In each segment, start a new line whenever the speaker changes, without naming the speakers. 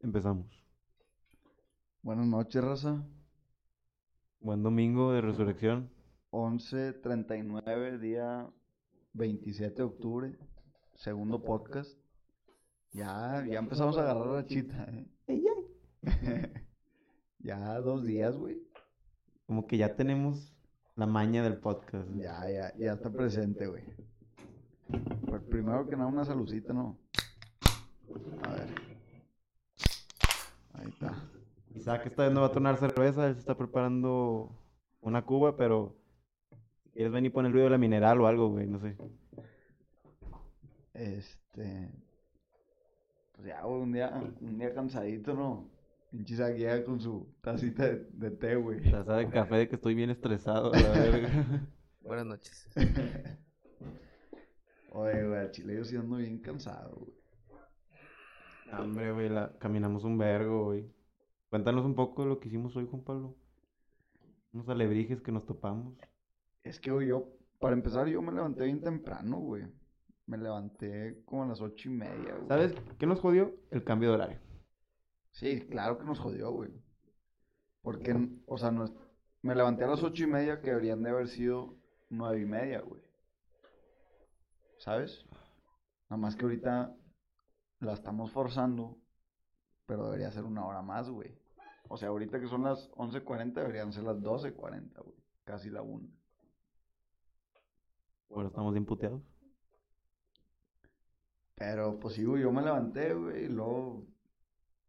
Empezamos.
Buenas noches, raza.
Buen domingo de resurrección.
11:39, día 27 de octubre, segundo podcast. Ya, ya empezamos a agarrar la chita, ¿eh? ya dos días, güey.
Como que ya tenemos la maña del podcast. ¿no?
Ya, ya, ya está presente, güey. Pues primero que nada, una salucita, ¿no? A ver. Ahí está.
Isaac esta vez no va a tomar cerveza, él se está preparando una cuba, pero si quieres venir y poner el ruido de la mineral o algo, güey, no sé.
Este. Pues ya, güey, un día, un día cansadito, ¿no? Pinche Isaac llega con su tacita de, de té, güey.
Taza de café de que estoy bien estresado, a la verga.
Buenas noches.
Oye, güey, al chile yo sí ando bien cansado, güey.
Hombre, güey, la- caminamos un vergo, güey. Cuéntanos un poco de lo que hicimos hoy, Juan Pablo. Unos alebrijes que nos topamos.
Es que güey, yo, para empezar, yo me levanté bien temprano, güey. Me levanté como a las ocho y media, güey.
¿Sabes qué nos jodió? El cambio de horario.
Sí, claro que nos jodió, güey. Porque, o sea, no es- me levanté a las ocho y media que deberían de haber sido nueve y media, güey. ¿Sabes? Nada más que ahorita la estamos forzando, pero debería ser una hora más, güey. O sea, ahorita que son las 11.40 deberían ser las 12.40, güey. Casi la una.
Bueno, estamos bien puteados.
Pero pues sí, güey, yo me levanté, güey, y luego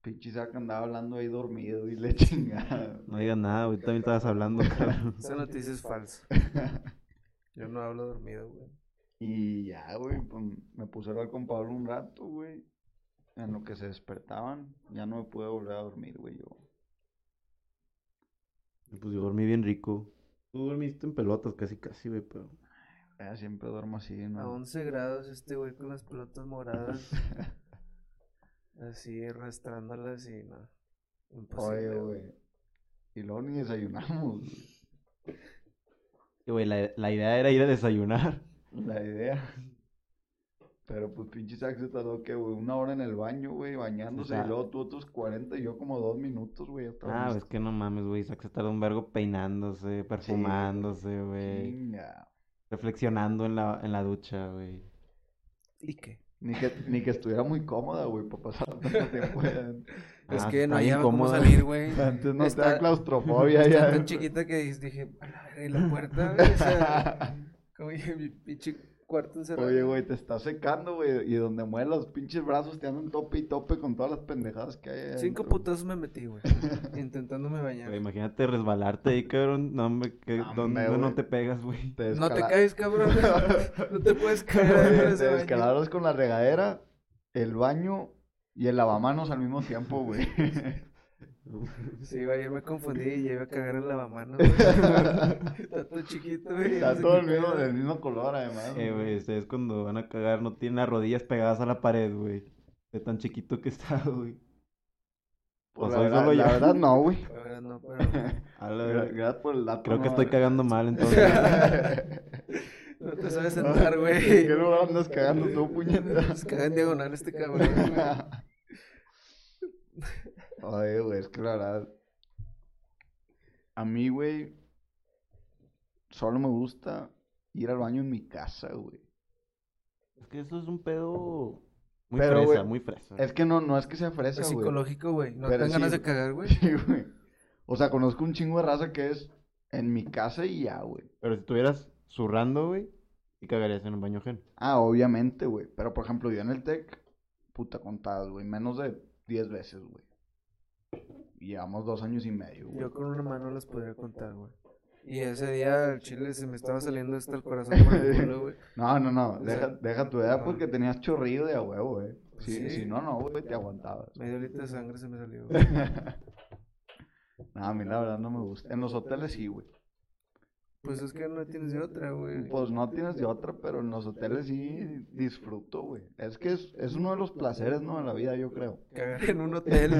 pinche Isaac andaba hablando ahí dormido y le chingada.
No digas nada, güey, tú también estabas hablando, cabrón.
Esa noticia es falsa. Yo no hablo dormido, güey.
Y ya, güey, pues me puse a hablar con Pablo un rato, güey. En lo que se despertaban, ya no me pude volver a dormir, güey, yo.
Pues yo dormí bien rico. Tú dormiste en pelotas casi, casi, güey, pero...
Ya siempre duermo así,
A
¿no?
11 grados este güey con las pelotas moradas. Así arrastrándolas y nada. Imposible.
Oye, güey. Y luego ni desayunamos, güey.
Y, güey, la, la idea era ir a desayunar.
la idea. Pero pues pinche Isaac se tardó, que, güey? Una hora en el baño, güey, bañándose.
sea-
Y luego tú otros 40 y yo como dos minutos, güey. ya estaba
Ah,
listo.
es que no mames, güey. Isaac se tardó un vergo peinándose, perfumándose, güey.
Chinga.
Reflexionando en la, en la ducha, güey.
¿Y qué?
Ni que, ni que estuviera muy cómoda, güey, para pasar tanto tiempo. allá.
es
Ah,
que
está
no había cómo
incómoda.
salir, güey.
Antes no te
Está-
da claustrofobia
está
ya.
tan chiquita que dis- dije, a la verga, ¿y la puerta, güey. O sea, como dije, mi pinche cuarto encerrado.
Oye, güey, te está secando, güey. Y donde mueven los pinches brazos te andan tope y tope con todas las pendejadas que hay. ahí
Cinco
adentro.
putazos me metí, güey. intentándome bañar.
Güey, imagínate resbalarte ahí, cabrón. No, hombre, que,
No,
¿dónde
hombre,
no
güey.
te pegas, güey?
Te
No te
descala-
caes, cabrón. No te puedes caer.
Oye,
dentro de ese
te
baño.
descalabras con la regadera, el baño y el lavamanos al mismo tiempo, güey.
Sí, güey, yo me confundí y ya iba a cagar el lavamanos. güey. Está todo chiquito, güey. no
Está
sé
todo
qué
el mismo,
pedo.
del mismo color, además.
Eh, güey, ustedes cuando van a cagar no tienen las rodillas pegadas a la pared, güey. De tan chiquito que está, güey.
Pues
Pues
la,
hoy
verdad,
solo
la
yo.
verdad, no, güey.
La verdad no, pero
A la
Gra-
verga.
Gracias por el dato.
Creo
no,
que estoy
güey.
cagando mal, entonces.
no te sabes sentar,
¿En
güey.
qué lugar andas cagando tú, puñetas?
Se caga en diagonal este cabrón, güey.
Oye, güey, es que la verdad. A mí, güey. Solo me gusta ir al baño en mi casa, güey.
Es que eso es un pedo muy
Pero,
fresa,
güey,
muy fresa.
Es que no, no es que sea
Es
fresa, güey.
Pues psicológico, güey. No
Pero
tengan ganas
sí,
de cagar, güey.
Sí, güey. O sea, conozco un chingo de raza que es en mi casa y ya, güey.
Pero si estuvieras zurrando, güey, y cagarías en un baño ajeno.
Ah, obviamente, güey. Pero por ejemplo, yo en el TEC, puta contadas, güey. Menos de 10 veces, güey. Y Llevamos dos años y medio, güey.
Yo con una mano las podría contar, güey. Y ese día el chile se me estaba saliendo hasta el corazón por el culo, güey.
No, no, no.
O
Deja,
sea,
deja tu edad
no.
porque tenías chorrillo de a huevo, güey.
Pues
Si,
sí.
si no, no, güey, te aguantabas.
Medio litro de sangre se me salió, güey.
No, a mí la verdad no me gusta. En los hoteles sí, güey.
Pues es que no tienes de otra, güey.
Pues no tienes de otra, pero en los hoteles sí disfruto, güey. Es que es, es uno de los placeres, ¿no? De la vida, yo creo.
Cagar en un hotel.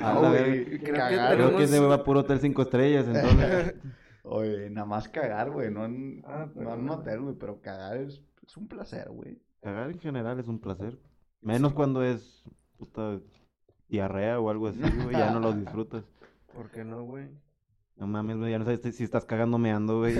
A
No,
la
güey,
verga. Creo que
cagar,
Creo que
Tenemos-
ese güey va a puro hotel cinco estrellas, entonces.
Oye, nada más cagar, güey. No en,
Ah,
no
pero-
en un hotel, güey, pero cagar es, es un placer, güey.
Cagar en general es un placer. Menos cuando es puta diarrea o algo así, güey, ya no los disfrutas.
¿Por qué no, güey?
No mames, güey, ya no sabes si estás cagando meando, güey.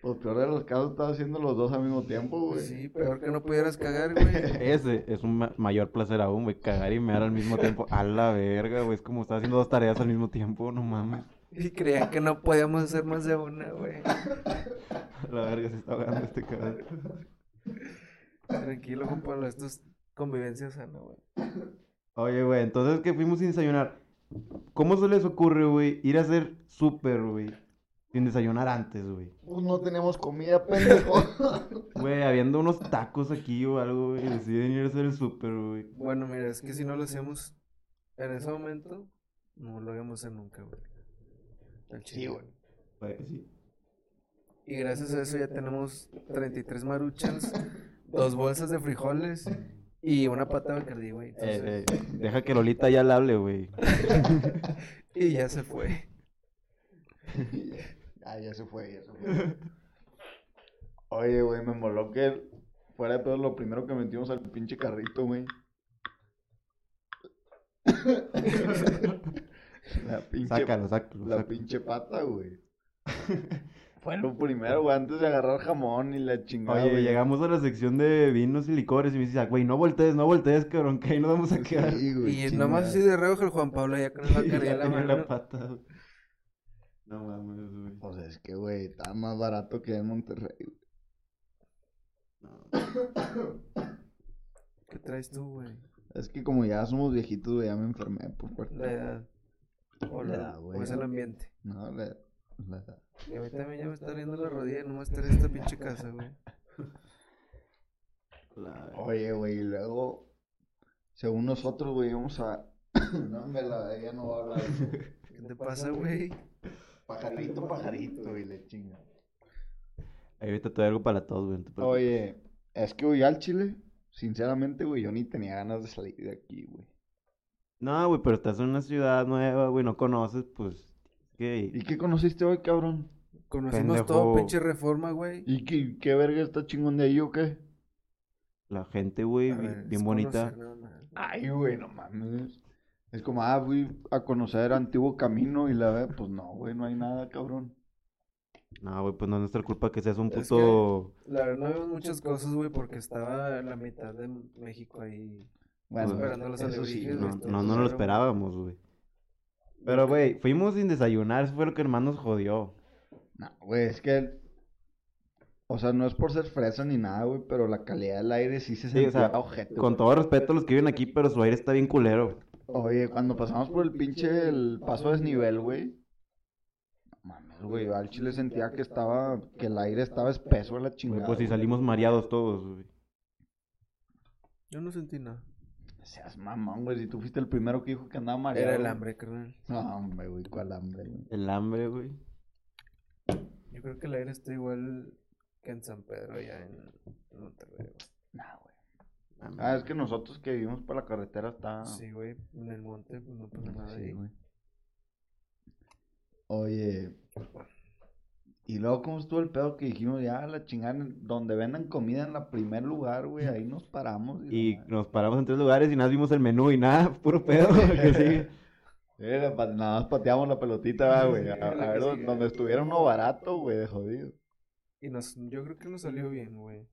Pues peor de los casos, estás haciendo los dos al mismo tiempo, güey.
Sí, peor que no pudieras cagar, güey.
Ese es un ma- mayor placer aún, güey, cagar y mear al mismo tiempo. A la verga, güey, es como estar haciendo dos tareas al mismo tiempo, no mames.
Y creían que no podíamos hacer más de una, güey.
A la verga se está ahogando este cabrón.
Tranquilo, compadre, esto es convivencia sana, güey.
Oye, güey, entonces que fuimos sin desayunar. ¿Cómo se les ocurre, güey, ir a hacer súper, güey, sin desayunar antes, güey?
Pues no tenemos comida, pendejo.
Güey, habiendo unos tacos aquí o algo, güey, deciden ir a hacer el súper, güey.
Bueno, mira, es que si no lo hacíamos en ese momento, no lo íbamos a hacer nunca, güey. Al
Sí,
chile.
güey.
Para que sí.
Y gracias a eso ya tenemos 33 maruchas, dos bolsas de frijoles y una pata de Bacardí, güey.
Eh,
Entonces,
eh, deja que Lolita ya le hable, güey.
eh.
Y ya se fue.
ah, ya se fue, ya se fue. Oye, güey, me moló que fuera de pedo lo primero que metimos al pinche carrito, güey. la pinche,
Sácalo, sácalo,
la
sácalo.
pinche pata, güey. Fue lo primero, güey, antes de agarrar jamón y la chingada.
Oye,
güey.
lamos a la sección de vinos y licores y me dices, "Ah, güey, no voltees, no voltees, cabrón, que ahí nos vamos a quedar.
Sí, güey,
Y nomás
chingada.
así de reojo el Juan Pablo ya con el
Y
Bacardí
ya
en la
tenía
mano.
pata, güey. No mames, güey.
Pues es que, güey, está más barato que en Monterrey. güey.
¿Qué traes tú, güey?
Es que como ya somos viejitos, güey, ya me enfermé por fuerte.
La edad. O,
La
la,
edad, güey.
o es el ambiente.
No, la, la-
Y a mí también ya me está riendo la rodilla, nomás estar en esta pinche casa, güey.
La-
Oye, güey, y luego, según nosotros, güey, íbamos a... no, me la ella no va a hablar. güey.
¿Qué te pasa, güey?
pajarito, pajarito, güey, le chinga.
Ahí ahorita te doy algo para todos, güey. no te preocupes.
Oye, es que, güey, al Chile, sinceramente, güey, yo ni tenía ganas de salir de aquí, güey.
No, güey, pero estás en una ciudad nueva, güey, no conoces, pues.
¿Y
¿Qué?
qué conociste hoy, cabrón?
Conocimos
Pendejo.
todo pinche reforma, güey.
¿Y qué, qué verga está chingón de ahí o qué?
La gente, güey,
A
bien,
ver,
bien
es
bonita.
conocer nada más.
Ay, güey, no mames. Es como, ah, fui a conocer antiguo camino y la verdad, pues no, güey, no hay nada, cabrón.
No, güey, pues no es nuestra culpa que seas un
Es
puto.
La verdad, no vimos muchas cosas, güey, porque estaba la mitad de México ahí.
Bueno,
Esperando a los
eso sí,
alebrijes,
güey.
pues, No,
esto
no,
es
no lo
cero.
esperábamos, güey. Pero, güey, fuimos sin desayunar, eso fue lo que más nos jodió.
No, güey, es que. O sea, no es por ser fresa ni nada, güey, pero la calidad del aire sí se
Sí, o sea,
sentía ojete,
Con todo respeto a los que viven aquí, pero su aire está bien culero.
güey. Oye, cuando pasamos por el pinche el paso a desnivel, güey. No mames, güey, yo al chile sentía que estaba. Que el aire estaba espeso a la
Güey,
chingada.
pues si
güey.
salimos mareados todos, güey.
Yo no sentí nada.
Seas mamón, güey, si tú fuiste el primero que dijo que andaba mareado.
Era el
güey.
hambre, carnal.
No, hombre, güey, cuál hambre, güey.
El hambre, güey.
Yo creo que el aire está igual que en San Pedro, allá en en Monterrey. güey.
Nah, güey.
Hambre.
Ah, es que nosotros que vivimos por la carretera
Ah.
está.
Sí, güey, en el monte, pues no pasa nada.
Sí,
ahí.
güey. Oye. Y luego, ¿cómo estuvo el pedo que dijimos? Ya, la chingada, donde vendan comida en la primer lugar, güey, ahí nos paramos.
Y
la madre.
nos paramos en tres lugares y nada, vimos el menú y nada, puro pedo. que sigue.
Era Eh, pa- nada más pateamos la pelotita, güey. A,
Era la
a
que
ver,
sigue.
donde estuviera uno barato, güey, de jodido.
Y nos, yo creo que nos salió bien, güey.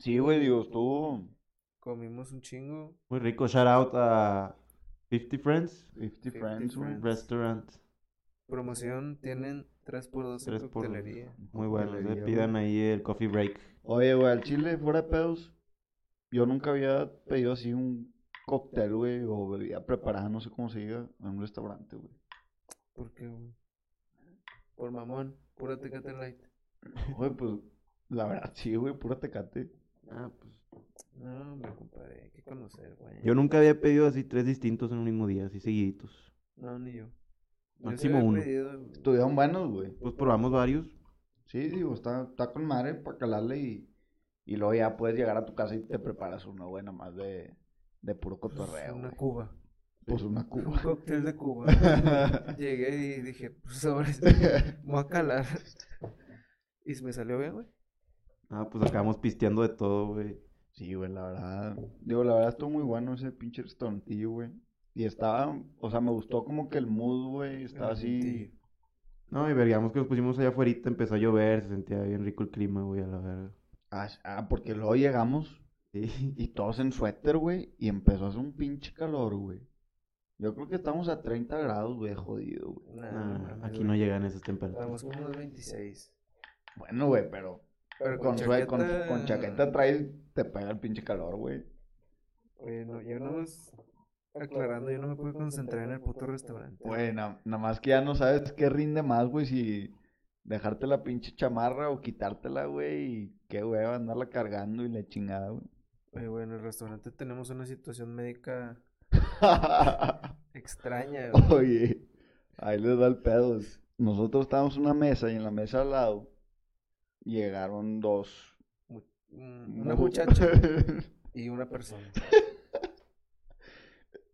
Sí, güey, digo, estuvo
Comimos un chingo.
Muy rico, shout out a 50 Friends
50
Fifty
Friends, güey.
Friends.
Restaurant.
Promoción tienen 3x2 en
3 por
coctelería.
Muy bueno, eh,
Coctelería,
pidan ahí el coffee break.
Oye, güey, al chile, fuera de pedos, yo nunca había pedido así un cóctel, güey, o bebida preparada, no sé cómo se diga, en un restaurante, güey.
¿Por qué, güey? mm, Por mamón, pura Tecate Light.
Güey, pues, la verdad, sí, güey, pura tecate.
Ah, pues.
No, me compadre, hay que conocer, güey.
Yo nunca había pedido así tres distintos en un mismo día, así seguiditos.
No, ni yo. Yo sí
Máximo
había
uno.
pedido-
Estuvieron buenos, güey.
Pues probamos varios.
Sí, digo, está, está con madre para calarle y, y luego ya puedes llegar a tu casa y te preparas uno, güey, nomás de, de puro cotorreo,
Una
güey.
cuba.
Pues una
Un
cuba.
cóctel de cuba. Llegué y dije, pues sobre esto, voy a calar. Y me salió bien, güey.
Ah, pues acabamos pisteando de todo, güey.
Sí, güey, la verdad. Digo, la verdad estuvo muy bueno ese pinche restaurantillo, güey. Y estaba, o sea, me gustó como que el mood, güey, estaba así.
No, y veríamos que nos pusimos allá afuera, empezó a llover, se sentía bien rico el clima, güey, a la verga.
Ah, ah, porque luego llegamos
Sí.
y todos en suéter, güey, y empezó a hacer un pinche calor, güey. Yo creo que estamos a 30 grados, güey, jodido, güey.
Nah,
Nah,
mames,
aquí
Ah, güey.
no llegan esas temperaturas.
Estamos como unos 26.
Bueno, güey, pero
Pero
con, sue- con, con chaqueta traes, te pega el pinche calor, güey.
Oye, no, yo nomás aclarando, yo no me puedo concentrar en el puto restaurante.
Güey, na- nada más que ya no sabes qué rinde más, güey, si dejarte la pinche chamarra o quitártela, güey, y qué hueva andarla cargando y la chingada, güey.
Oye, güey, Eh, en el restaurante tenemos una situación médica extraña, güey.
Oye, ahí les da el pedo. Nosotros estábamos en una mesa y en la mesa al lado llegaron dos.
Mm, Una
mu-
muchacha y una persona.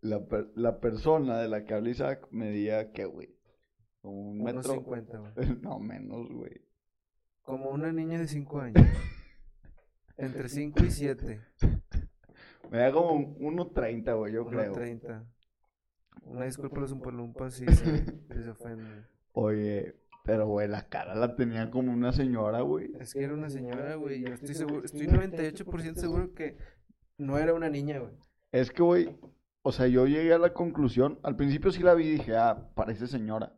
la, per- la persona de la que habla Isaac medía, ¿qué, güey? Como Un
Unos
metro.
50, güey.
No, menos, güey.
Como una niña de 5 años. Entre 5 y 7.
Me da como un 1.30, güey, yo
Una
creo.
30. Una disculpa a los umpalumpas si se, si se ofenden.
Oye, pero, güey, la cara la tenía como una señora, güey.
Es que era una señora, güey. Yo estoy seguro, estoy 98% seguro que no era una niña, güey.
Es que, güey, o sea, yo llegué a la conclusión. Al principio sí la vi y dije, ah, parece señora.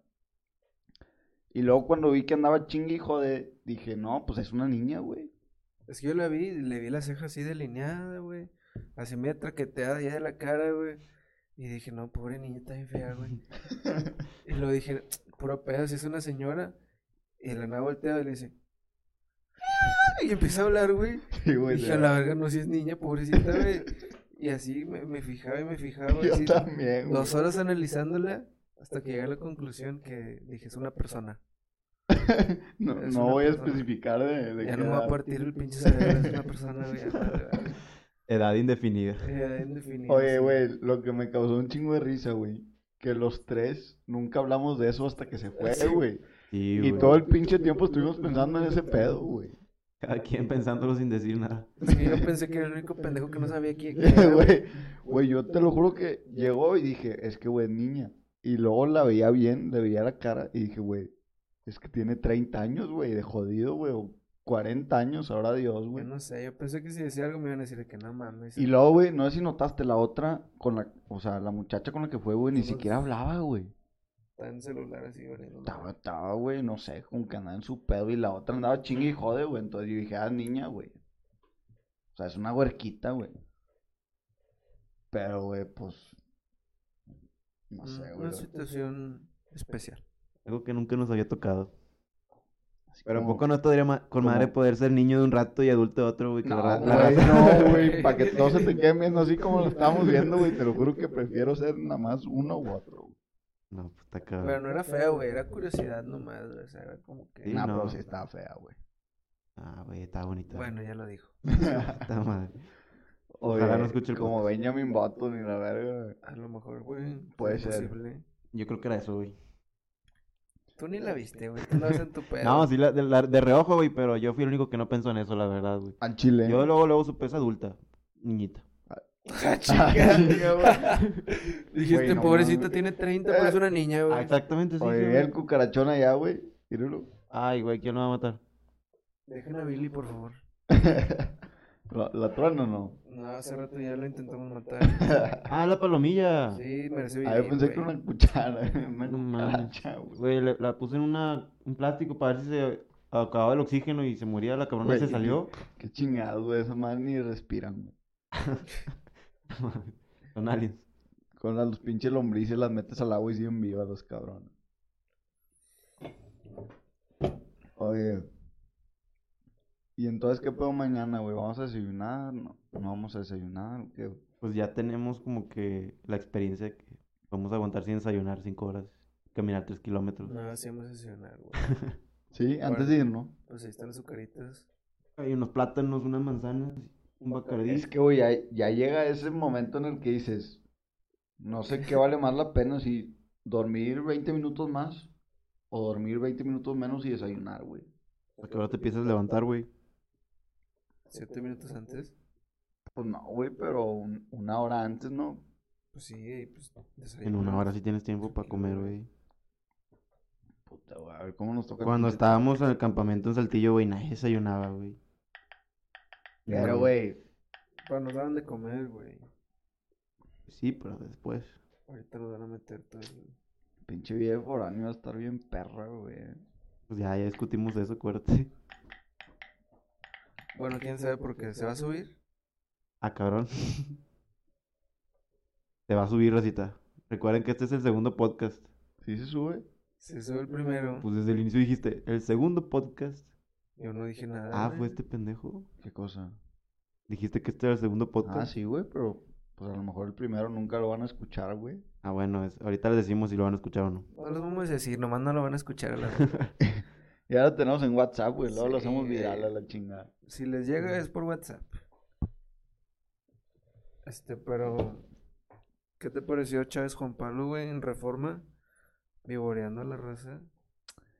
Y luego cuando vi que andaba chingue, hijo de, dije, no, pues es una niña, güey.
Es que yo la vi, y le vi la ceja así delineada, güey. Así media traqueteada ya de la cara, güey. Y dije, no, pobre niña, está bien fea, güey. y lo dije, puro pedo, si es una señora. Y de la nada volteado y le dice, "Ah", y empieza a hablar, güey.
Sí, güey.
Dije, a la verga, no, si es niña, pobrecita, güey. Y así me, me fijaba y me fijaba.
Yo
así,
también, güey.
dos horas analizándola hasta que llegué a la conclusión que dije, es una persona.
No,
es
no
una
voy a
persona.
especificar de, de
Ya
qué
no me va
edad.
a partir el pinche cerebro, es una persona, güey. a la verga.
Edad indefinida.
Eh, indefinido, sí.
Oye, güey, lo que me causó un chingo de risa, güey. Que los tres nunca hablamos de eso hasta que se fue,
Sí.
güey.
Sí,
Y
güey.
todo el pinche tiempo estuvimos pensando en ese pedo, güey.
Cada quien pensándolo sin decir nada.
Es que yo pensé que era el único pendejo que no sabía quién era, güey.
Güey, güey, yo te lo juro que llegó y dije, es que, güey, es niña. Y luego la veía bien, le veía la cara y dije, güey, es que tiene 30 años, güey, de jodido, güey, o 40 años, ahora Dios,
Yo
güey.
no sé, yo pensé que si decía algo me iban a decir de que no mames.
Y luego, güey, no sé si notaste la otra con la, o sea, la muchacha con la que fue, güey, ni
Todos-
siquiera hablaba, güey.
Está en celular así, valiendo
Estaba,
madre.
estaba, güey, no sé, con que andaba en su pedo y la otra andaba chingue y jode, güey. Entonces yo dije, ah, niña, güey. O sea, es una huerquita, güey. Pero, güey, pues. No sé,
Mm,
güey.
Una situación especial.
Algo que nunca nos había tocado.
Así
Pero
como-
tampoco no estaría ma- con
como-
madre poder ser niño de un rato y adulto de otro, güey. que
No,
la ra- la raza-
güey, no, güey. Para que todos se te queden viendo así como lo estábamos viendo, güey. Te lo juro que prefiero ser nada más uno u otro. güey.
No, pues está
Ah.
Pero
cabrón.
no era feo, güey, era curiosidad nomás, güey, o sea, era como que...
Sí,
nah,
no.
pero sí estaba fea, güey.
Ah, güey, está bonito.
Bueno, ya lo dijo.
Está madre.
Oye,
Ojalá no escuche el
como
podcast.
Benjamin Button y la verga. güey.
A lo mejor, güey.
Puede
es
ser.
posible.
Yo creo que era eso, güey.
Tú ni la viste, güey, tú la ves en tu pedo.
No, sí, la- de, la- de reojo, güey, pero yo fui el único que no pensó en eso, la verdad, güey.
Al chile.
Yo luego, luego supe es adulta, niñita.
Ah, chica. Dijiste,
Güey, no
pobrecita,
mames.
tiene 30, pero es una niña,
Ah,
güey.
exactamente, sí.
Oye,
sí,
vi
güey.
el cucarachón allá, güey. Míralo.
Ay, güey, ¿quién lo va a matar?
Dejen a Billy, por favor.
¿La, la truena o no?
No, hace rato ya lo intentamos matar.
Ah, la palomilla.
Sí, merece
Ah, yo
vivir,
pensé que
güey.
una cuchara, una
No mames.
cucaracha, güey.
Güey, le- la puse en una, un plástico para ver si se acababa el oxígeno y se moría la cabrona
Güey,
se
y-
salió.
Qué chingados, güey. Esas más ni respiran, güey.
Son aliens.
Con las los pinches lombrices las metes al agua y siguen vivas los cabrones. Oye. ¿Y entonces qué pedo mañana, güey? ¿Vamos a desayunar? ¿No, no vamos a desayunar? ¿Qué?
Pues ya tenemos como que la experiencia de que vamos a aguantar sin desayunar cinco horas, caminar tres kilómetros.
No, sí vamos a sesionar, güey.
Sí, antes de ir, ¿no?
Pues ahí están las azucaritas.
Hay unos plátanos, unas manzanas, un bacardí.
Es que, güey, ya, ya llega ese momento en el que dices, no sé qué vale más la pena si dormir 20 minutos más o dormir 20 minutos menos y desayunar, güey.
Porque ahora te empiezas a levantar, güey.
Siete minutos antes.
Pues no, güey, pero un- una hora antes, ¿no?
Pues sí, pues
En una hora sí tienes tiempo para
Tranquilo,
comer,
güey.
güey.
Puta, güey, a ver cómo nos toca. el
Cuando
pinche-
estábamos en el campamento en Saltillo, güey, nadie desayunaba, güey.
Pero,
No,
güey,
Pero nos daban de comer, güey.
Sí, pero después.
Ahorita nos van a meter todo el...
pinche viejo foráneo va a estar bien perra, güey.
Pues ya, ya discutimos eso, acuérdate.
Bueno, quién sabe por qué. ¿Se va a subir?
Ah, cabrón. Te va a subir, Rosita. Recuerden que este es el segundo podcast.
¿Sí se sube?
Se sube el primero.
Pues desde el inicio dijiste, el segundo podcast.
Yo no dije nada.
Ah,
güey.
fue este pendejo.
¿Qué cosa?
Dijiste que este era el segundo
Ah,
podcast.
sí, güey, pero pues a lo mejor el primero nunca lo van a escuchar, güey.
Ah, bueno, es- ahorita les decimos si lo van a escuchar o no.
No los vamos a decir, nomás no lo van a escuchar. a la-
Y ahora tenemos en WhatsApp, güey, luego lo
Sí,
hacemos
güey.
viral a la chingada.
si les llega es por WhatsApp. Este, pero... ¿Qué te pareció Chávez Juan Pablo, güey, en Reforma? Vivoreando a la raza.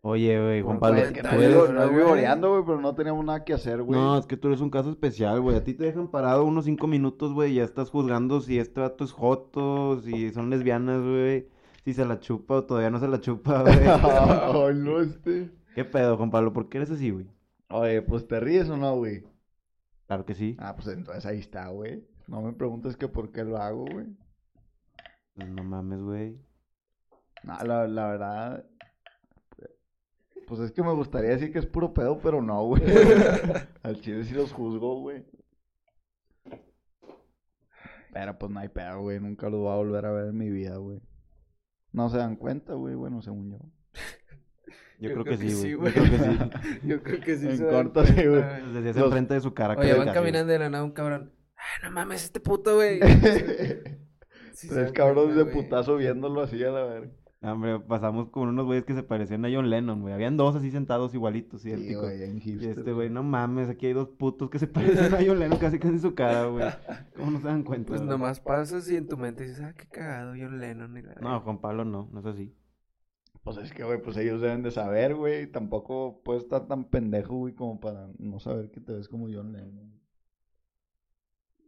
Oye, güey, Juan
Bueno,
Pablo,
pues,
tú
que
no
nadie
eres-
lo-
es- no es
güey.
vivoreando, güey, pero no teníamos nada que hacer, güey.
No, es que tú eres un caso especial, güey. A ti te dejan parado unos cinco minutos, güey. y Ya estás juzgando si este vato es joto, si son lesbianas, güey. Si se la chupa o todavía no se la chupa, güey.
Ay, no, este.
¿Qué pedo, Juan Pablo? ¿Por qué eres así, güey?
Oye, pues te ríes o no, güey.
Claro que sí.
Ah, pues entonces ahí está, güey. No me preguntes que por qué lo hago, güey.
Pues no mames, güey.
No, la, la verdad. Pues es que me gustaría decir que es puro pedo, pero no, güey. Al chile sí los juzgo, güey. Pero pues no hay pedo, güey. Nunca los voy a volver a ver en mi vida, güey. No se dan cuenta, güey. Bueno, según yo.
Yo, creo, que, sí, güey. Yo creo que sí.
Yo creo que sí.
En
se dan
corto, sí,
cuenta,
güey.
Pues Desde hace
Los-
enfrente de su cara.
Oye,
casi,
van
casi, güey.
caminando de la nada un cabrón. Ah, no mames, este puto, güey. Sí se
Tres
dan
cabrones de
cuenta, güey.
putazo viéndolo así a la verga.
No, Hombre, pasamos con unos güeyes que se parecían a John Lennon, güey. Habían dos así sentados igualitos,
Sí,
idénticos.
güey, en
y
hipster.
este güey, no mames, aquí hay dos putos que se parecen a John Lennon casi casi en su cara, güey. ¿Cómo no se dan cuenta?
Pues
güey?
nomás pasas y en tu mente dices, ah, qué cagado, John Lennon. Y la
No, Juan Pablo no, no es así.
Pues es que, güey, pues ellos deben de saber, güey. Tampoco puedes estar tan pendejo, güey, como para no saber que te ves como John Lennon.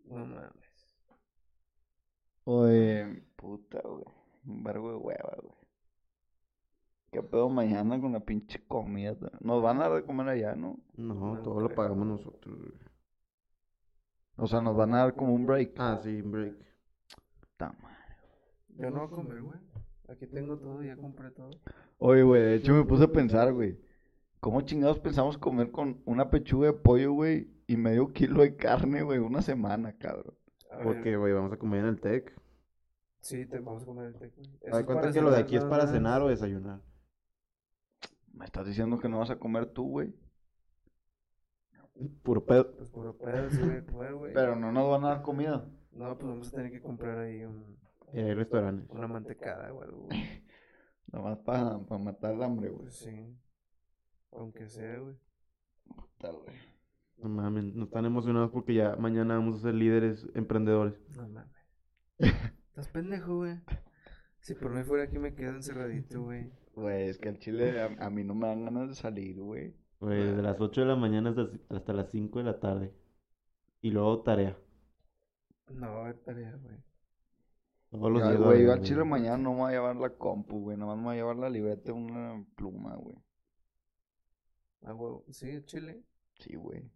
No mames.
Oye, puta, güey. Un vergo de hueva, güey. ¿Qué pedo mañana con la pinche comida? ta- Nos van a dar de comer allá, ¿no?
No,
No
todo lo
creo.
pagamos nosotros, güey.
O sea, nos van a dar como un break.
Ah, sí, break.
Puta madre.
Yo no voy a comer, güey. Aquí tengo todo, ya compré todo.
Oye, güey, de hecho me puse a pensar, güey. ¿Cómo chingados pensamos comer con una pechuga de pollo, güey, y medio kilo de carne, güey, una semana, cabrón?
A ver,
Porque, güey, vamos a comer en el TEC.
Sí, te vamos a comer el teco. Eso
Hay
es para
cuenta que lo de
cenar,
aquí es
nada
para
más.
cenar o desayunar.
Me estás diciendo que no vas a comer tú, güey.
Puro pedo.
Pues puro pedo, sí voy a comer, güey.
Pero no nos van a dar comida.
No, pues vamos a tener que comprar ahí un-
Y hay restaurantes.
una mantecada o algo, güey.
Nada más para, matar el hambre, güey.
Pues sí. Aunque sea, güey.
Puta, güey.
No mames, no están emocionados porque ya mañana vamos a ser líderes emprendedores.
No mames. Estás pendejo, güey. Si por mí fuera aquí me quedo encerradito, güey.
Güey, es que al chile a, a mí no me dan ganas de salir, güey.
Güey, desde las 8 de la mañana hasta, hasta las 5 de la tarde. Y luego tarea.
No, es tarea, güey.
Todos los
Ya,
días. va a
Güey, yo
haber,
al chile mañana no me voy a llevar la compu, güey. Nada más me voy a llevar la libreta y una pluma, güey.
Ah, huevo. Sí, chile.
Sí, güey.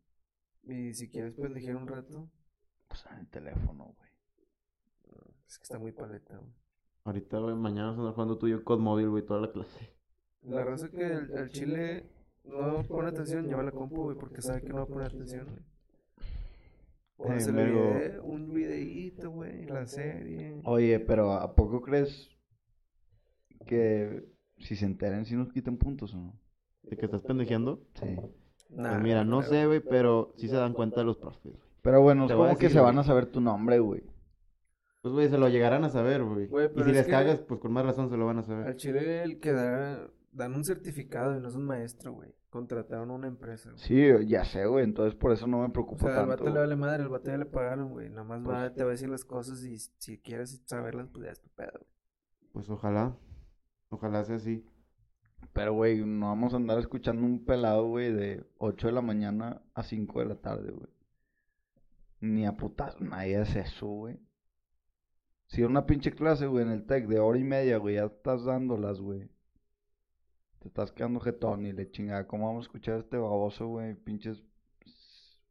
Y si quieres pendejear un rato,
Pues en el teléfono, güey.
es que está muy paleta, güey.
Ahorita, güey, mañana vamos a andar jugando tú y yo con móvil, güey, toda la clase.
La raza que el, el chile no pone atención, lleva la compu, güey, porque sabe que no va a poner atención, güey. O
Eh,
hacer
vergo.
un videíto, güey, la serie.
Oye, pero ¿a poco crees que si se enteren, si nos quiten puntos o no?
¿De que estás pendejeando?
Sí.
Nah,
Pues mira, no
creo.
sé, güey, pero sí se dan cuenta de los profes, güey.
Pero bueno, es
Te voy a
como que
decir,
se van
güey.
a saber tu nombre, güey.
Pues, güey, se lo llegarán a saber, güey.
Güey,
Y
pero
si
es
les
que-
cagas, pues con más razón se lo van a saber.
Al chile el que da, dan un certificado y no es un maestro, güey. Contrataron a una empresa, güey.
Sí, ya sé, güey. Entonces por eso no me
O
preocupa
sea, al
tanto.
vato le
güey.
vale madre, al vato ya le pagaron, güey. Nada más va,
Pues-
te va a decir las cosas y si quieres saberlas, pues ya es tu pedo, güey.
Pues ojalá. Ojalá sea así.
Pero, güey, no vamos a andar escuchando un pelado, güey, de 8 de la mañana a 5 de la tarde, güey. Ni a putas, nadie hace eso, güey. Si una pinche clase, güey, en el tech de hora y media, güey, ya estás dándolas, güey. Te estás quedando jetón y le chingada. ¿Cómo vamos a escuchar a este baboso, güey? Pinches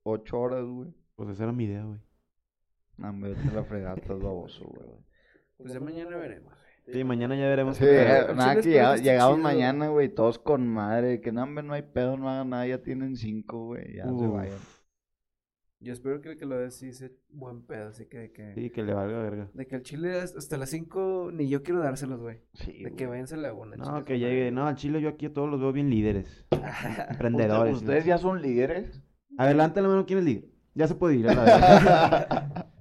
ocho horas, güey.
Pues esa era mi idea, güey.
No, me te la fregada, estás baboso, güey.
Pues ya mañana veremos, güey.
Sí, mañana ya veremos.
Sí, eh,
qué pedo.
nada,
al chile
que
está
llega-
chido.
llegamos mañana, güey, todos con madre. Que no, hombre, no hay pedo, no hagan nada, ya tienen cinco, güey, ya se
Uf,
vayan.
Yo espero que el que lo vea sí sea buen pedo, así que de que...
sí, que le valga verga.
De que al chile hasta hasta las 5 ni yo quiero dárselos, güey.
Sí,
De que
güey.
váyanse a la una.
No,
chingue su
que llegue.
madre.
No, al chile yo aquí a todos los veo bien líderes.
¿Ustedes-
Emprendedores.
¿Ustedes ya son líderes?
Adelante la mano, ¿quién es líder? Ya se puede ir a la verga.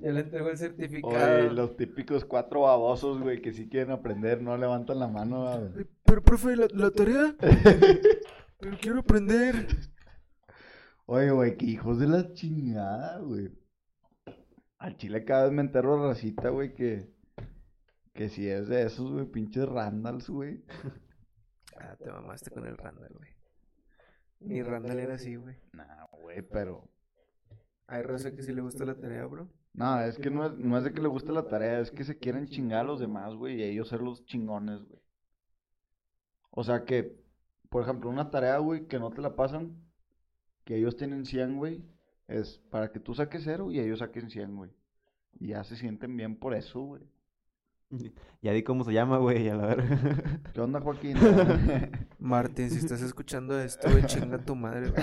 Ya le entregó el certificado.
Oye, los típicos cuatro babosos, güey, que sí quieren aprender, no levantan la mano. güey.
Pero, profe, ¿la, la tarea? Pero quiero aprender.
Oye, güey, que hijos de la chingada, güey. Al chile cada vez me entero de racita, güey, que, que si es de esos, güey, pinches randals, güey.
Ah, te mamaste con el Randall, güey. Ni Randall era así, güey.
Nah, güey, pero...
Hay raza que sí le gusta la tarea, bro.
No, es que no es, no es de que le guste la tarea, es que se quieren chingar a los demás, güey, y ellos ser los chingones, güey. O sea que, por ejemplo, una tarea, güey, que no te la pasan, que ellos tienen 100, güey, es para que tú saques cero y ellos saquen 100, güey. Y ya se sienten bien por eso, güey.
ya di cómo se llama, güey, a la verga.
¿Qué onda, Joaquín?
Martín, si estás escuchando esto, güey, chinga tu madre, güey.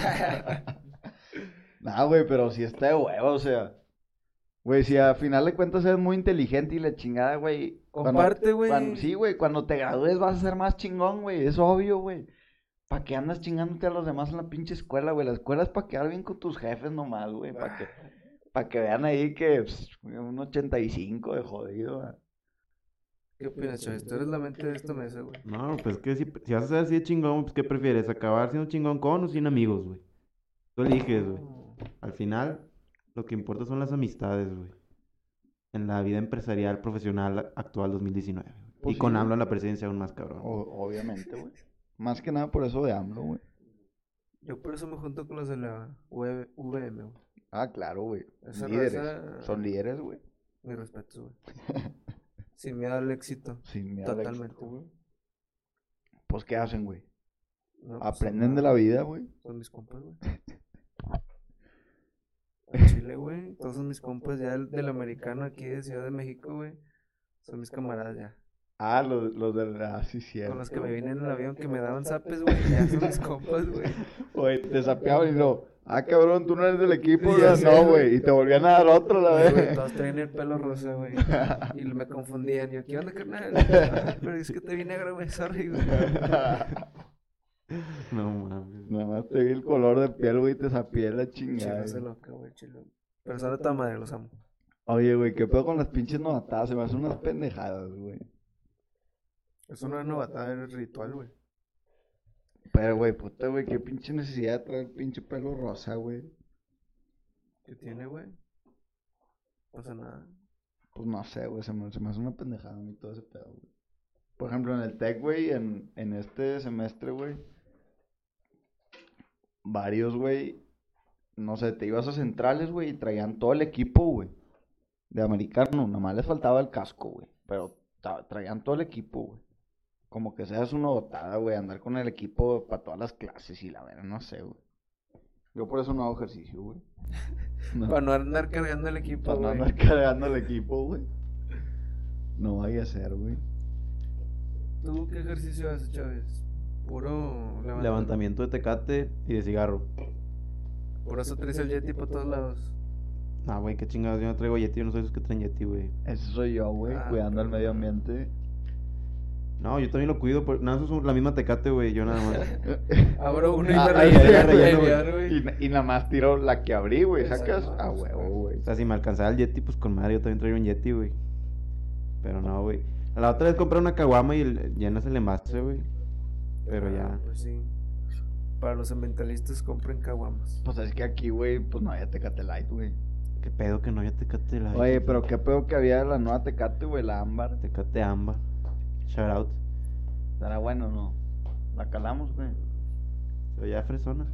Nah, güey, pero si está de huevo, o sea. Güey, si a final de cuentas eres muy inteligente y la chingada, güey. cuando-
Comparte, güey.
cuan- Sí, güey, cuando te gradúes vas a ser más chingón, güey. Es obvio, güey. ¿Para qué andas chingándote a los demás en la pinche escuela, güey? La escuela es para quedar bien con tus jefes nomás, güey. Para que, pa' que vean ahí que pss, un 85 de jodido, ah. güey.
¿Qué opinas, Chávez? Tú eres la mente de esta mesa, güey.
No, pues que si, si vas a ser así de chingón, pues ¿qué prefieres? ¿Acabar siendo chingón con o sin amigos, güey? Tú eliges, güey. Al final, lo que importa son las amistades, güey. En la vida empresarial profesional actual 2019. güey. y
Pues sí,
con
güey. Oh.
AMLO en la presidencia aún más cabrón. güey.
O- obviamente, güey. Más que nada por eso de AMLO, güey.
Yo por eso me junto con los de la UV VM, güey.
Ah, claro, güey.
Esa
Líderes.
raza-
Son líderes, güey.
Mi respeto, güey. Sin miedo al éxito.
Sin miedo al éxito,
Totalmente.
güey. Pues, ¿qué hacen, güey?
No, pues,
Aprenden
son-
de la vida, güey.
Son mis compas, güey. Al Chile, güey. Todos son mis compas ya del, del americano aquí de Ciudad de México, güey. Son mis camaradas ya.
Ah, los, los de la... Ah, sí,
Con
cierto.
los que me vine en el avión que me daban zapes, güey. Ya son mis compas, güey.
Oye, te sapeaban y no. Ah, cabrón, tú no eres del equipo,
Ya
¿verdad?
sé,
No,
güey.
güey. Y te volvían a dar otro, la
Ay, güey,
vez.
Todos traen el pelo rosa, güey. Y me confundían. Yo, ¿qué onda, carnal? "Ah, Pero es que te vi negro, güey. Sorry, güey.
No mames.
Nada más te vi el color de piel, güey, y te sapeé la chingada.
Chile, se loca, güey. Chile. Pero son de toda madre, los amo.
Oye, güey, ¿qué pedo con las pinches novatadas? Se me hacen unas pendejadas, güey.
Eso no es novatada, es ritual, güey.
Pero, güey, puta, güey, qué pinche necesidad de traer pinche pelo rosa, güey.
¿Qué tiene, güey? O sea, nada.
Pues no sé, güey, se me, se me hace una pendejada a mí todo ese pedo, güey. Por ejemplo, en el tech, güey, en, en este semestre, güey, varios, güey, no sé, te ibas a centrales, güey, y traían todo el equipo, güey, de americano, nada más les faltaba el casco, güey, pero tra- traían todo el equipo, güey. Como que seas una botada, güey, andar con el equipo para todas las clases y la verdad, no sé, güey. Yo por eso no hago ejercicio, güey. No.
Para no andar cargando el equipo,
Para no
güey.
andar cargando el equipo, güey. No vaya a ser, güey.
¿Tú qué ejercicio haces, Chávez? Puro levantamiento.
Levantamiento de tecate y de cigarro.
Por eso traes el Yeti por todos lados.
Ah, güey, qué chingados. Yo no traigo Yeti, yo no soy esos que traen Yeti, güey.
Eso soy yo, güey,
Ah,
cuidando el
pero-
medio ambiente.
No, yo también lo cuido. Pero... Nada, eso es la misma tecate, güey. Yo nada más.
Abro uno y
Ah,
me
ahí
relleno,
ya
güey,
relleno,
ya,
güey.
güey.
Y, y nada más tiro la que abrí, güey. ¿Sacas?
Exacto.
A huevo, güey.
O sea, si me alcanzaba el Yeti, pues con madre, yo también traía un Yeti, güey. Pero no, güey. La otra vez compré una caguama y el- llenas el envase, güey. Pero
Ah,
ya.
Pues sí. Para los ambientalistas compren caguamas.
Pues es que aquí, güey, pues no había Tecate Light, güey.
Qué pedo que no haya tecate la.
Oye, pero qué pedo que había la nueva Tecate, güey, la ámbar.
Tecate ámbar. Shout out.
¿Estará bueno o no? La calamos, güey.
Pero ya fresona.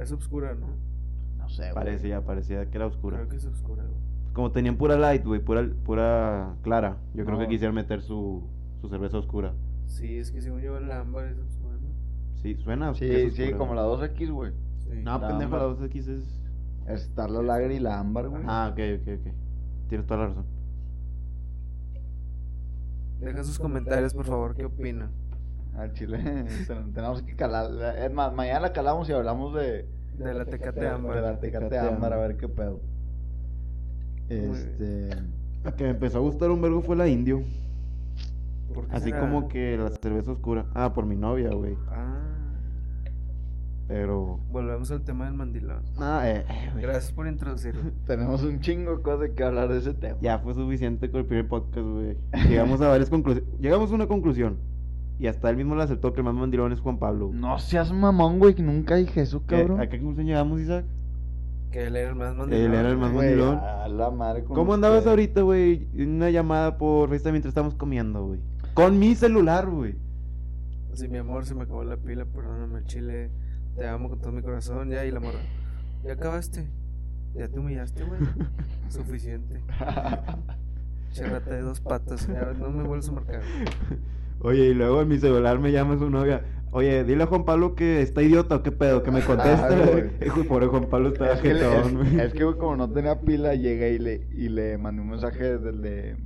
Es oscura, ¿no?
No, No sé, güey.
Parecía, parecía que era oscura.
Creo que es oscura, güey.
Como tenían pura light, güey, pura, pura clara. Yo creo
No.
que quisieron meter su, su cerveza oscura.
Sí, es que según yo la ámbar es oscura, ¿no?
Sí, suena. os- que
Sí,
es
sí,
oscura,
como
güey.
la 2X, güey.
Sí.
No,
la
pendejo, la
ámbar.
2X es.
Estar la lager y la ámbar, güey.
Ah, ok, ok, ok. Tienes toda la razón.
Deja sus comentarios, por favor, ¿qué opinan?
Al chile. ten- Tenemos que calar. Es más, mañana la calamos y hablamos de.
De la Tecate
de la
Ámbar.
Tecate
Tecate
ámbar, a
ámbar.
ver qué pedo.
bien.
Este.
La que me empezó a gustar un vergo fue la indio.
¿Por qué
Así
será?
como que la cerveza oscura. Ah, por mi novia, güey.
Ah,
Pero.
volvemos al tema del mandilón.
Ah, eh, eh, güey.
Gracias por introducirlo.
Tenemos un chingo de cosas que hablar de ese tema.
Ya fue suficiente con el primer podcast, güey. Llegamos a varias conclusiones. Llegamos a una conclusión. Y hasta él mismo la aceptó que el más mandilón es Juan Pablo. güey.
No seas mamón, güey, que nunca dije eso,
¿Qué-
cabrón.
¿A qué conclusión llegamos, Isaac?
Que él era el más mandilón.
Él era el más
Güey,
mandilón.
a la madre con
¿Cómo andabas
ustedes.
ahorita, güey? Una llamada por FaceTime mientras estábamos comiendo, güey. Con mi celular, güey.
Sí, mi amor, se me acabó la pila, perdóname el chile. Te amo con todo mi corazón, ya, y la morra. Ya acabaste. Ya te humillaste, güey. Suficiente. Che rata de dos patas, ya, no me vuelves a marcar.
Oye, y luego en mi celular me llama su novia. Oye, dile a Juan Pablo que está idiota o qué pedo, que me conteste.
Ah,
güey. Hijo, Pobre Juan Pablo está
Es que, le- es-
jetón, güey.
es que, güey, como no tenía pila, llegué y le, y le mandé un mensaje del, de-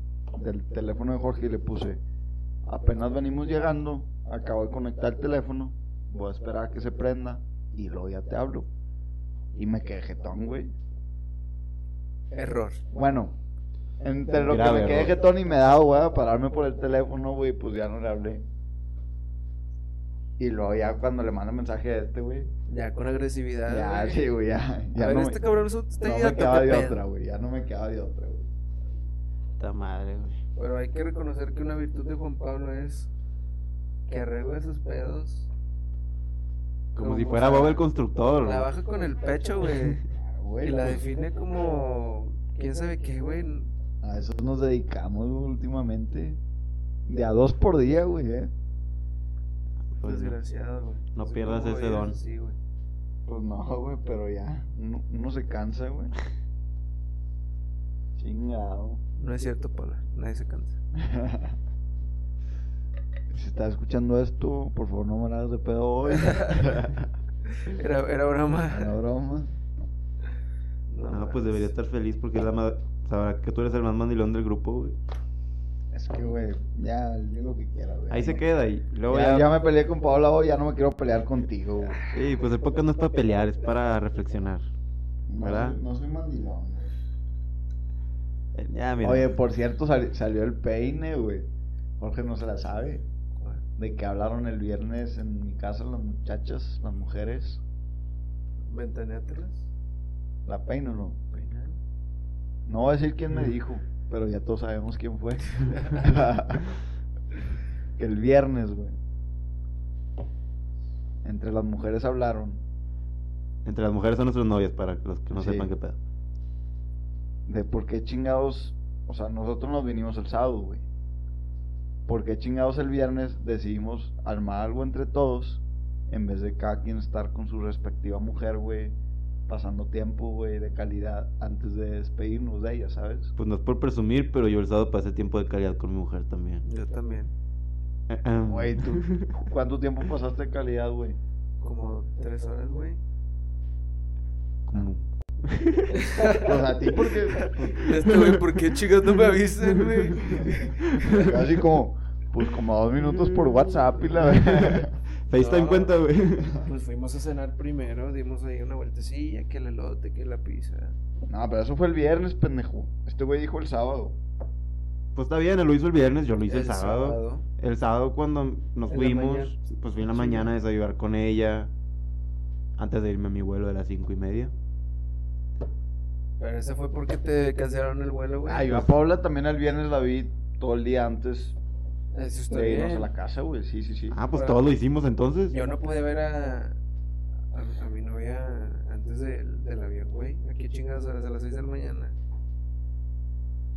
del teléfono de Jorge y le puse: Apenas venimos llegando, acabo de conectar el teléfono, voy a esperar a que se prenda y luego ya te hablo. Y me quedé jetón, güey.
Error.
Bueno, entre lo
Grave
que me quedé
error.
jetón y me da, güey, a pararme por el teléfono, güey, pues ya no le hablé. Y luego ya cuando le mando mensaje a este, güey.
Ya con agresividad.
Ya,
güey.
sí, güey, ya.
a
ya
ver,
no
este
me-
cabrón es un está
no me
idiota,
quedaba
¿qué
de
pedo?
otra, güey. Ya no me quedaba de otra, güey.
Puta madre, güey.
Pero hay que reconocer que una virtud de Juan Pablo es que arregla sus pedos.
Como
Como
si fuera
sea,
Bob el constructor, güey.
La baja con el pecho, güey.
Ah, güey,
Y la
pues,
define como. ¿Quién sabe qué, güey?
A eso nos dedicamos güey, últimamente. De a dos por día, güey, eh.
Pues, no.
Desgraciado, güey.
no
sé
pierdas
cómo
ese
eres
don.
así, güey.
Pues no, güey, pero ya. Uno, uno se cansa, güey. Chingado.
No es cierto, Paula. Nadie se cansa.
Si estás escuchando esto, por favor no me la hagas de pedo hoy.
Era, era
Una
broma.
broma.
No,
No,
mames.
pues debería estar feliz porque es la ma- sabrá que tú eres el más mandilón del grupo, güey.
Es que, güey, ya, di lo que quiera, güey.
Ahí se
No-
queda y luego
Ya,
ya.
ya me peleé con Paola hoy, ya no me quiero pelear contigo, güey.
Sí, pues el podcast no es para pelear, es para reflexionar.
No
¿Verdad?
soy- No soy mandilón, güey.
Eh, Ya, mira.
Oye, por cierto, sali- salió el peine, güey. Jorge no se la sabe. De que hablaron el viernes en mi casa las muchachas, las mujeres.
Ventaneátelas.
¿La peino o no?
peinar.
No voy a decir quién me dijo, pero ya todos sabemos quién fue. que el viernes, güey. Entre las mujeres hablaron
Entre las mujeres son nuestras novias, para los que no
Sí.
sepan qué pedo.
de por qué chingados, o sea, nosotros nos vinimos el sábado, güey. ¿Por qué chingados el viernes decidimos armar algo entre todos en vez de cada quien estar con su respectiva mujer, güey, pasando tiempo, güey, de calidad antes de despedirnos de ella, ¿sabes?
Pues no es por presumir, pero yo el sábado pasé tiempo de calidad con mi mujer también.
Yo también.
Eh, eh.
Güey, ¿tú cuánto tiempo pasaste de calidad, güey?
Como tres horas, güey.
Como-
Pues a ti porque
Este, güey, ¿por qué chicas no me avisan, güey?
así como pues como dos minutos por WhatsApp y la
Mm.
verdad.
FaceTime
No.
cuenta, güey.
Pues fuimos a cenar primero, dimos ahí una vueltecilla, que el elote, que la pizza.
No, pero eso fue el viernes, pendejo. Este güey dijo el sábado.
Pues está bien, él lo hizo el viernes, yo lo hice el, sábado. El sábado cuando nos
En la
fuimos,
mañana.
pues fui en la
Sí.
mañana a desayunar con ella. Antes de irme a mi vuelo de las cinco y media.
Pero ese fue porque te cancelaron el vuelo, güey.
Ah, yo a Paula también el viernes la vi todo el día antes
Eso está
de irnos
bien.
a la casa, güey. Sí, sí, sí.
Ah, pues
Ahora-
todos lo hicimos entonces.
Yo no pude ver a, a, a mi novia antes del, del avión, güey. Aquí chingadas horas a las 6 de la mañana.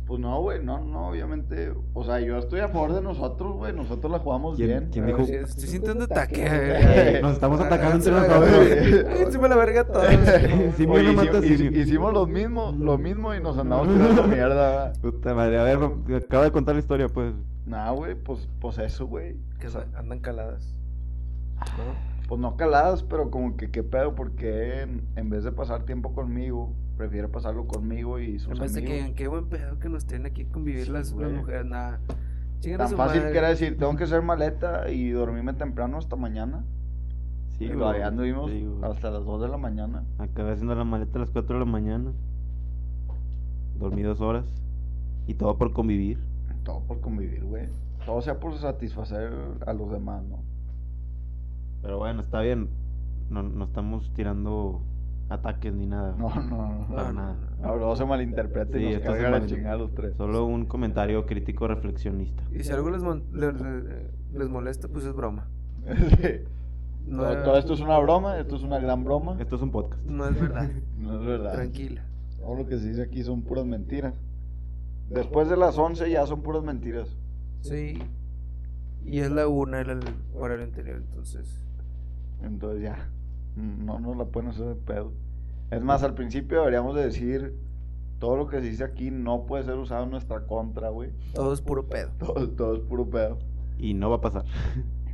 Pues no, güey, no, no, obviamente. O sea, yo estoy a favor de nosotros, güey. Nosotros la jugamos
¿Quién-
bien.
quién
A ver,
dijo?
sí, Estoy sintiendo ataque.
Eh,
Nos estamos atacando entre
verga,
nosotros.
güey.
Encima la verga todos.
Sí, me
Oye,
lo
hici-
matas,
hici-
sí.
hicimos lo mismo, lo mismo y nos andamos tirando mierda. ¿verdad?
Puta madre, a ver, Rom- acaba de contar la historia, pues.
Nah, güey, pues, pues eso, güey.
Que
O sea,
son- andan caladas. ¿No?
pues no caladas, pero como que qué pedo, porque en, en vez de pasar tiempo conmigo, prefiere pasarlo conmigo y sus
En vez de que
amigos.
digan, qué buen pedo que nos tienen aquí convivir
Sí,
las, las
güey.
mujeres. Nada.
Tan fácil que era decir, tengo que ser maleta y dormirme temprano hasta mañana.
Sí,
y
güey,
Pues todavía anduvimos
te digo,
hasta las 2 de la mañana.
Acabé haciendo la maleta a las 4 de la mañana. Dormí dos horas. Y todo por convivir.
Todo por convivir, güey. Todo sea por satisfacer a los demás, ¿no?
Pero bueno, está bien. No, no estamos tirando ataques ni nada.
No, no, no.
Para
no,
nada.
No, luego se malinterpreta
Sí,
y nos
esto se
carga la
malinter-
chingada a los tres.
Solo un comentario crítico reflexionista.
Y si algo les, mon- le- le- les molesta, pues es broma.
Sí.
No,
Todo,
es-
todo esto es una broma, esto es una gran broma.
Esto es un podcast.
no es verdad.
No es verdad.
Tranquila.
Todo lo que se dice aquí son puras mentiras. Después de las 11 ya son puras mentiras.
Sí. Y es la una era el horario anterior, entonces.
Entonces ya, no nos la pueden hacer de pedo. Es más, al principio deberíamos de decir, todo lo que se dice aquí no puede ser usado en nuestra contra, güey.
Todo es puro pedo.
Todo, todo es puro pedo.
Y no va a pasar.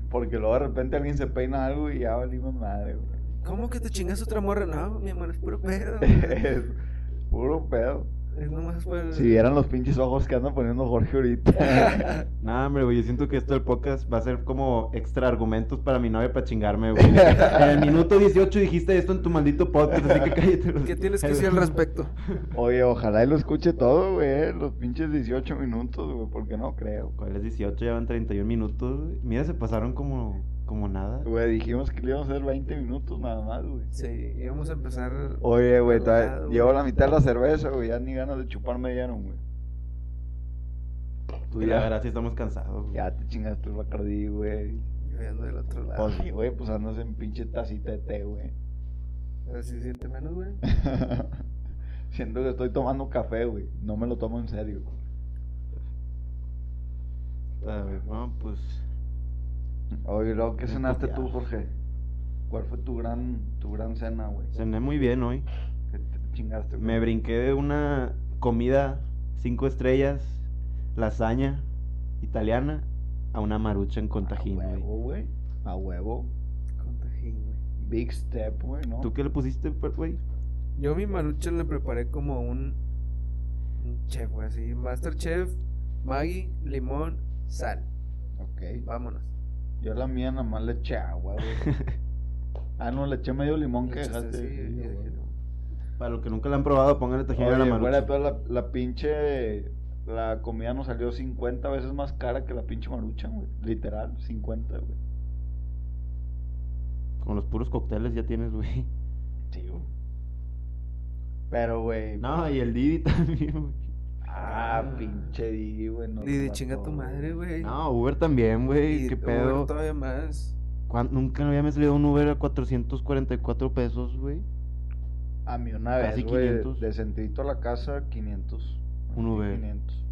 Porque luego de repente alguien se peina algo y ya valimos madre, güey.
¿Cómo que te chingas otra morra? No, mi amor, es puro pedo.
Es puro pedo.
Es nomás por...
Si vieran los pinches ojos que anda poniendo Jorge ahorita.
Nah, hombre, güey, yo siento que esto del podcast va a ser como extra argumentos para mi novia para chingarme, güey. En el minuto 18 dijiste esto en tu maldito podcast, así que cállate. los-
¿Qué tienes que decir al respecto?
Oye, ojalá y lo escuche todo, güey. eh, Los pinches 18 minutos, güey, porque no creo.
¿Cuál es 18? Ya van 31 minutos, güey. Mira, se pasaron como, como nada.
Güey, dijimos que le íbamos a hacer 20 minutos nada más, güey.
Sí, íbamos a empezar...
Oye, güey, todavía
Relajado,
llevo
güey.
la mitad de la cerveza, güey. Ya ni ganas de chuparme dieron, güey. Tú
Y la
ya-
verdad, sí estamos cansados. güey.
Ya te chingaste el bacardí, güey.
Yo ando del otro lado.
Pues sí, güey, pues andas en pinche tacita de té, güey.
Así se siente menos, güey.
Siento que estoy tomando café, güey. No me lo tomo en serio.
A ver, no, pues.
Oye, luego, ¿qué
Bien
cenaste tú,
puteado.
Jorge? ¿Cuál fue tu gran, tu gran cena, güey?
Cené muy bien hoy.
¿Qué te chingaste, güey?
Me brinqué de una comida cinco estrellas, lasaña italiana, a una maruchan con tajín, güey.
A Ah, huevo, güey. A huevo.
Con tajín, güey.
Big step, güey, ¿no?
¿Tú qué le pusiste, per- güey?
Yo mi marucha le preparé como un... Un chef, güey, así. Masterchef, Maggi, limón, sal.
Ok.
Vámonos.
Yo la mía nada más le eché agua, güey. ah, no, le eché medio limón que
Le echaste
dejaste.
así,
Sí,
y
güey.
dije, no.
Para los que nunca la han probado, pónganle tajín a la
Oye, fuera de
maruchan.
toda la, la pinche... La comida nos salió 50 veces más cara que la pinche marucha, güey. Literal, 50, güey.
Con los puros cócteles ya tienes, güey.
Sí, güey. Pero, güey...
No, y el Didi también, güey.
Ah, pinche Didi, güey. nos
Y de
mató,
chinga tu madre, güey.
No, Uber también, güey.
Y
¿Qué
Uber
pedo?
Todavía más.
¿Cuán- Nunca me había salido un Uber a 444 pesos, güey.
A mí una vez,
Casi
güey,
500.
de centrito a la casa, 500.
Un
Sí,
Uber.
500.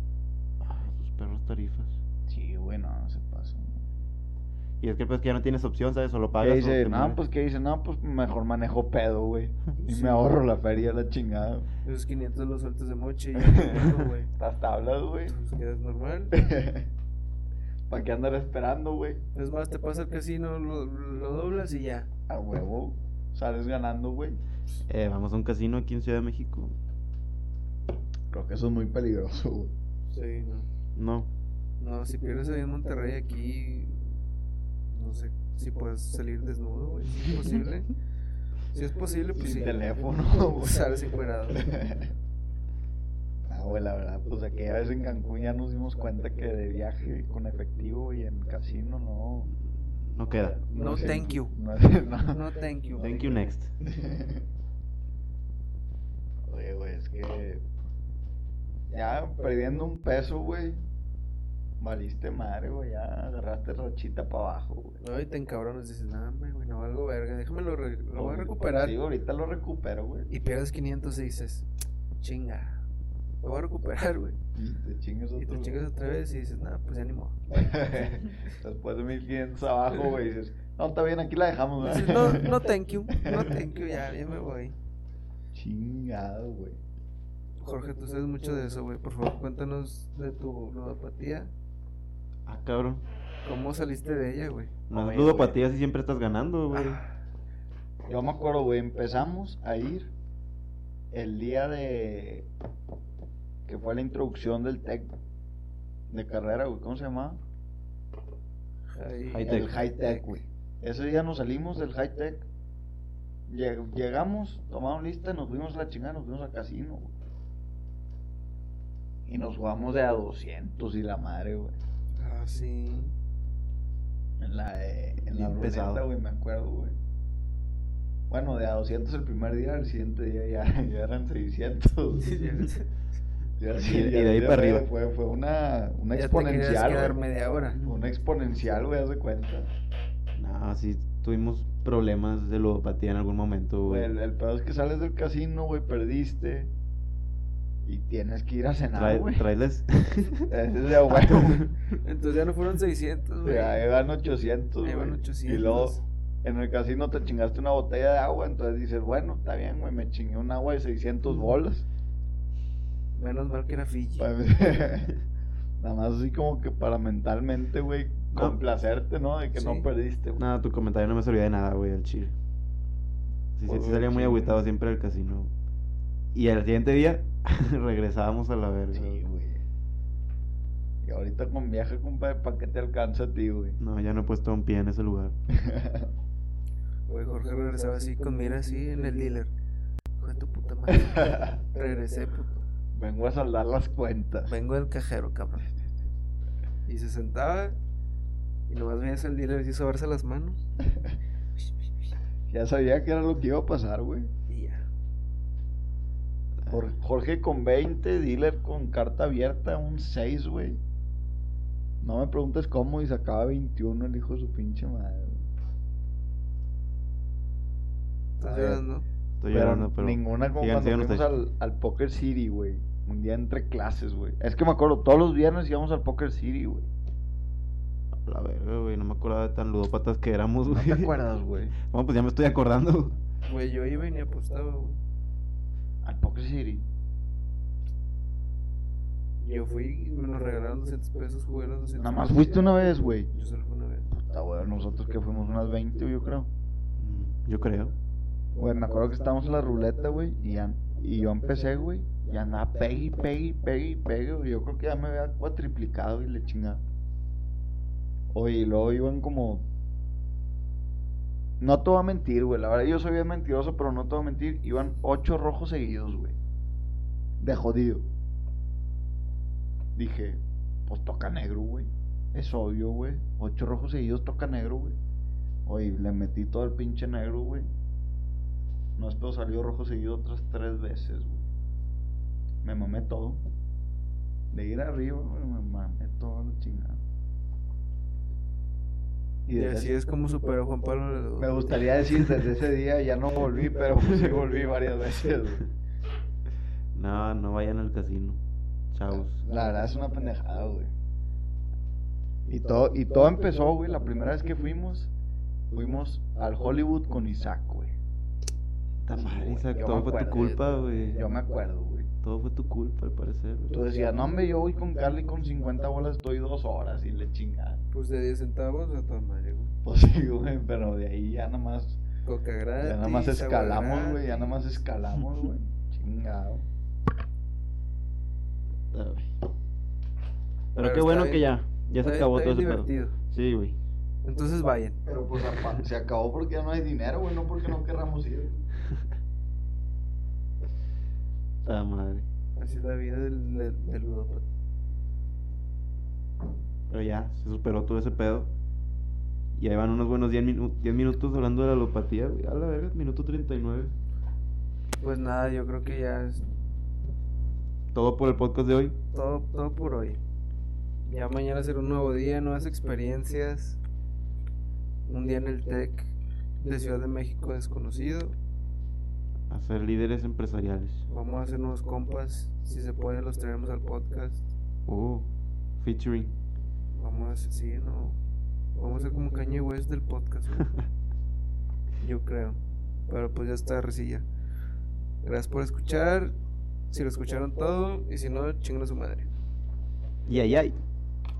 Ay, sus Ah, perros tarifas.
Sí, güey, no, no se pasa, güey.
Y es que pues que ya no tienes opción, ¿sabes? O lo pagas
¿Qué
o
dice?
te
No,
mueres.
pues ¿qué dice? No, pues mejor manejo pedo, güey. Y
Sí.
me ahorro la feria, la chingada.
Esos 500 los sueltas de moche y ya te acuerdo, güey.
Las tablas, güey.
Pues quedas normal.
¿Para qué andar esperando, güey?
Es más, te pasa al casino, lo, lo doblas y ya.
A huevo. Sales ganando, güey.
Eh, vamos a un casino aquí en Ciudad de México.
Creo que eso es muy peligroso, güey.
Sí, no.
No.
No, si pierdes ahí en Monterrey, aquí. No sé si puedes salir desnudo, güey. Si es posible. Si es posible, pues
Sin
sí.
teléfono, güey.
Sales encuerado.
Ah, güey, la verdad, pues aquella vez en Cancún ya nos dimos cuenta que de viaje con efectivo y en casino no.
No queda.
No,
sé,
thank you.
No, no.
No, thank you.
Thank you next.
Oye, güey, es que. Ya perdiendo un peso, güey. Valiste madre, güey. Ya agarraste rachita para abajo, güey.
No, y te encabronas. Dices, no, hombre, güey, no valgo verga. Déjame lo, re- lo voy a recuperar.
Sí, ahorita lo recupero, güey.
Y pierdes 500 y dices, chinga. lo voy a recuperar, güey.
Y te chingas
Y te
otro.
chingas otra vez y dices, nada, pues ya ni modo.
Después de 1500 abajo, güey, dices, no, está bien, aquí la dejamos, güey.
Dices, no, no thank you, no thank you, ya, ya me voy.
Chingado, güey.
Jorge, tú sabes mucho de eso, güey. Por favor, cuéntanos de tu ludopatía.
Ah, cabrón.
¿Cómo saliste de ella, güey?
No es
Oye,
ludopatía si siempre estás ganando, güey.
Yo me acuerdo, güey, empezamos a ir el día de. que fue la introducción del TEC de carrera, güey, ¿cómo se llamaba?
Ahí-
High
El
tech.
High Tech, güey. Ese día nos salimos del High Tech. Lleg- Llegamos, tomamos lista, nos fuimos a la chingada, nos fuimos a casino, güey. Y nos jugamos de a 200 y la madre, güey.
Ah, sí.
En la, de- en la
Bien pesado.
ruleta, güey, me acuerdo, güey. Bueno, de a 200 el primer día, el siguiente día ya, ya eran 600. Ya
Y-
sí,
y de
ya-
ahí
ya
para
fue-
arriba.
Fue, fue una, una
Ya te querías
exponencial,
quedar
güey.
media hora.
Una exponencial, güey, haz de cuenta.
No, sí tuvimos problemas de ludopatía en algún momento,
Güey,
güey.
el, el pedo es que sales del casino, güey, perdiste. Y tienes que ir a cenar,
Trae-
Ah, güey.
traeles-
Ese es de huevo, güey.
Entonces ya no fueron 600, güey.
Ya iban 800,
Ahí
güey.
van
Y
800.
luego en el casino te chingaste una botella de agua, entonces dices, bueno, está bien, güey, me chingué un agua de 600 bolas.
Menos mal que era Fiji.
Pa- Pues, Nada más así como que para mentalmente, güey,
No.
complacerte, ¿no? De que
Sí.
no perdiste, güey.
Nada, tu comentario no me servía de nada, güey, al chile. Sí, sí,
Pues,
sí salía muy
sí.
agüitado siempre del casino. Y al siguiente día regresábamos a la verga.
Sí,
güey.
güey. Y ahorita con viaje, compadre, ¿para qué te alcanza a ti, güey?
No, ya no he puesto un pie en ese lugar.
Güey, Jorge regresaba así con mira así en el dealer. Hijo de tu puta madre. Regresé, puto.
Vengo a saldar las cuentas.
Vengo del cajero, cabrón. Y se sentaba y nomás veías al dealer así sobarse las manos.
Ya sabía que era lo que iba a pasar, güey.
Y ya.
Jor- Jorge con 20, dealer con carta abierta, un 6, güey. No me preguntes cómo y sacaba 21 el hijo de su pinche madre, güey.
Estás
A ver.
llorando.
Estoy
Pero
llorando, pero.
ninguna como
sigan,
cuando
sigan
fuimos al, al Poker City, güey. Un día entre clases, güey. Es que me acuerdo, todos los viernes íbamos al Poker City, güey.
A La verga, güey, no me acordaba de tan ludópatas que éramos,
¿No
güey.
te acuerdas, güey?
Bueno, pues ya me estoy acordando.
Güey, yo iba y ni apostaba, güey.
Al Poker City.
Yo fui, me nos regalaron 200 pesos, jugué los 200
Nada más
pesos.
fuiste una vez, güey.
Yo solo fui una vez.
Puta, güey, nosotros que fuimos unas 20, yo creo.
Mm, Yo creo.
Güey, me acuerdo que estábamos en la ruleta, güey, y, ya- y yo empecé, güey, y andaba pegue, pegue, pegue, pegue, güey. Yo creo que ya me había cuatriplicado y le chingaba. Oye, y luego iban como... No te voy a mentir, güey, la verdad yo soy bien mentiroso, pero no te voy a mentir. Iban ocho rojos seguidos, güey. De jodido. Dije, pues toca negro, güey. Es obvio, güey. Ocho rojos seguidos toca negro, güey. Oye, le metí todo el pinche negro, güey. No espero salió rojo seguido otras tres veces, güey. Me mamé todo. De ir arriba, güey, me mamé todo lo chingado.
Y así es como superó Juan Pablo la
Pues,
Me
duda.
gustaría decir desde ese día ya no volví, pero pues sí volví varias veces, güey.
No, no vayan al casino. Chavos.
La verdad es una pendejada, güey. Y todo, y todo empezó, güey. La primera vez que fuimos, fuimos al Hollywood con Isaac, güey.
Puta madre,
Ah, güey,
Ah, Isaac,
yo
todo
me
fue tu
acuerdo,
culpa, güey.
Yo me acuerdo, güey.
Todo fue tu culpa, al parecer, güey.
Tú decías, no, hombre, yo voy con Carly con 50 bolas, estoy dos horas y le chingada.
Pues de 10 centavos a toda madre, güey.
Pues sí, güey, pero de ahí ya nada más,
Coca gratis.
ya nada más
agua
escalamos, güey, ya
gratis.
nada más escalamos, güey. Chingado.
Puta, güey.
Pero
Pero qué
está
bueno
bien.
que ya. Ya se
Está-
acabó
está
todo ese
bien
pedo.
divertido.
Sí, güey.
Entonces vayan.
Pero pues apa- se acabó porque ya no hay dinero, güey, no porque no querramos ir.
Puta madre.
Así es la vida del, del, del ludópata.
Pero ya, se superó todo ese pedo. Y ahí van unos buenos 10, minu- 10 minutos hablando de la alopatía, güey. A la verga, minuto 39.
Pues nada, yo creo que ya es
Todo por el podcast de hoy.
todo, todo por hoy. Ya mañana será un nuevo día, nuevas experiencias. Un día en el TEC de Ciudad de México desconocido.
a ser líderes empresariales.
Vamos a hacernos compas. Si se puede, los traemos al podcast.
Oh, featuring.
Vamos a hacer, sí, no. Vamos a ser como Kanye West del podcast, güey. Yo creo. Pero pues ya está, Recilla. Gracias por escuchar. Si lo escucharon todo, y si no, chingan a su madre.
Y ay, ay.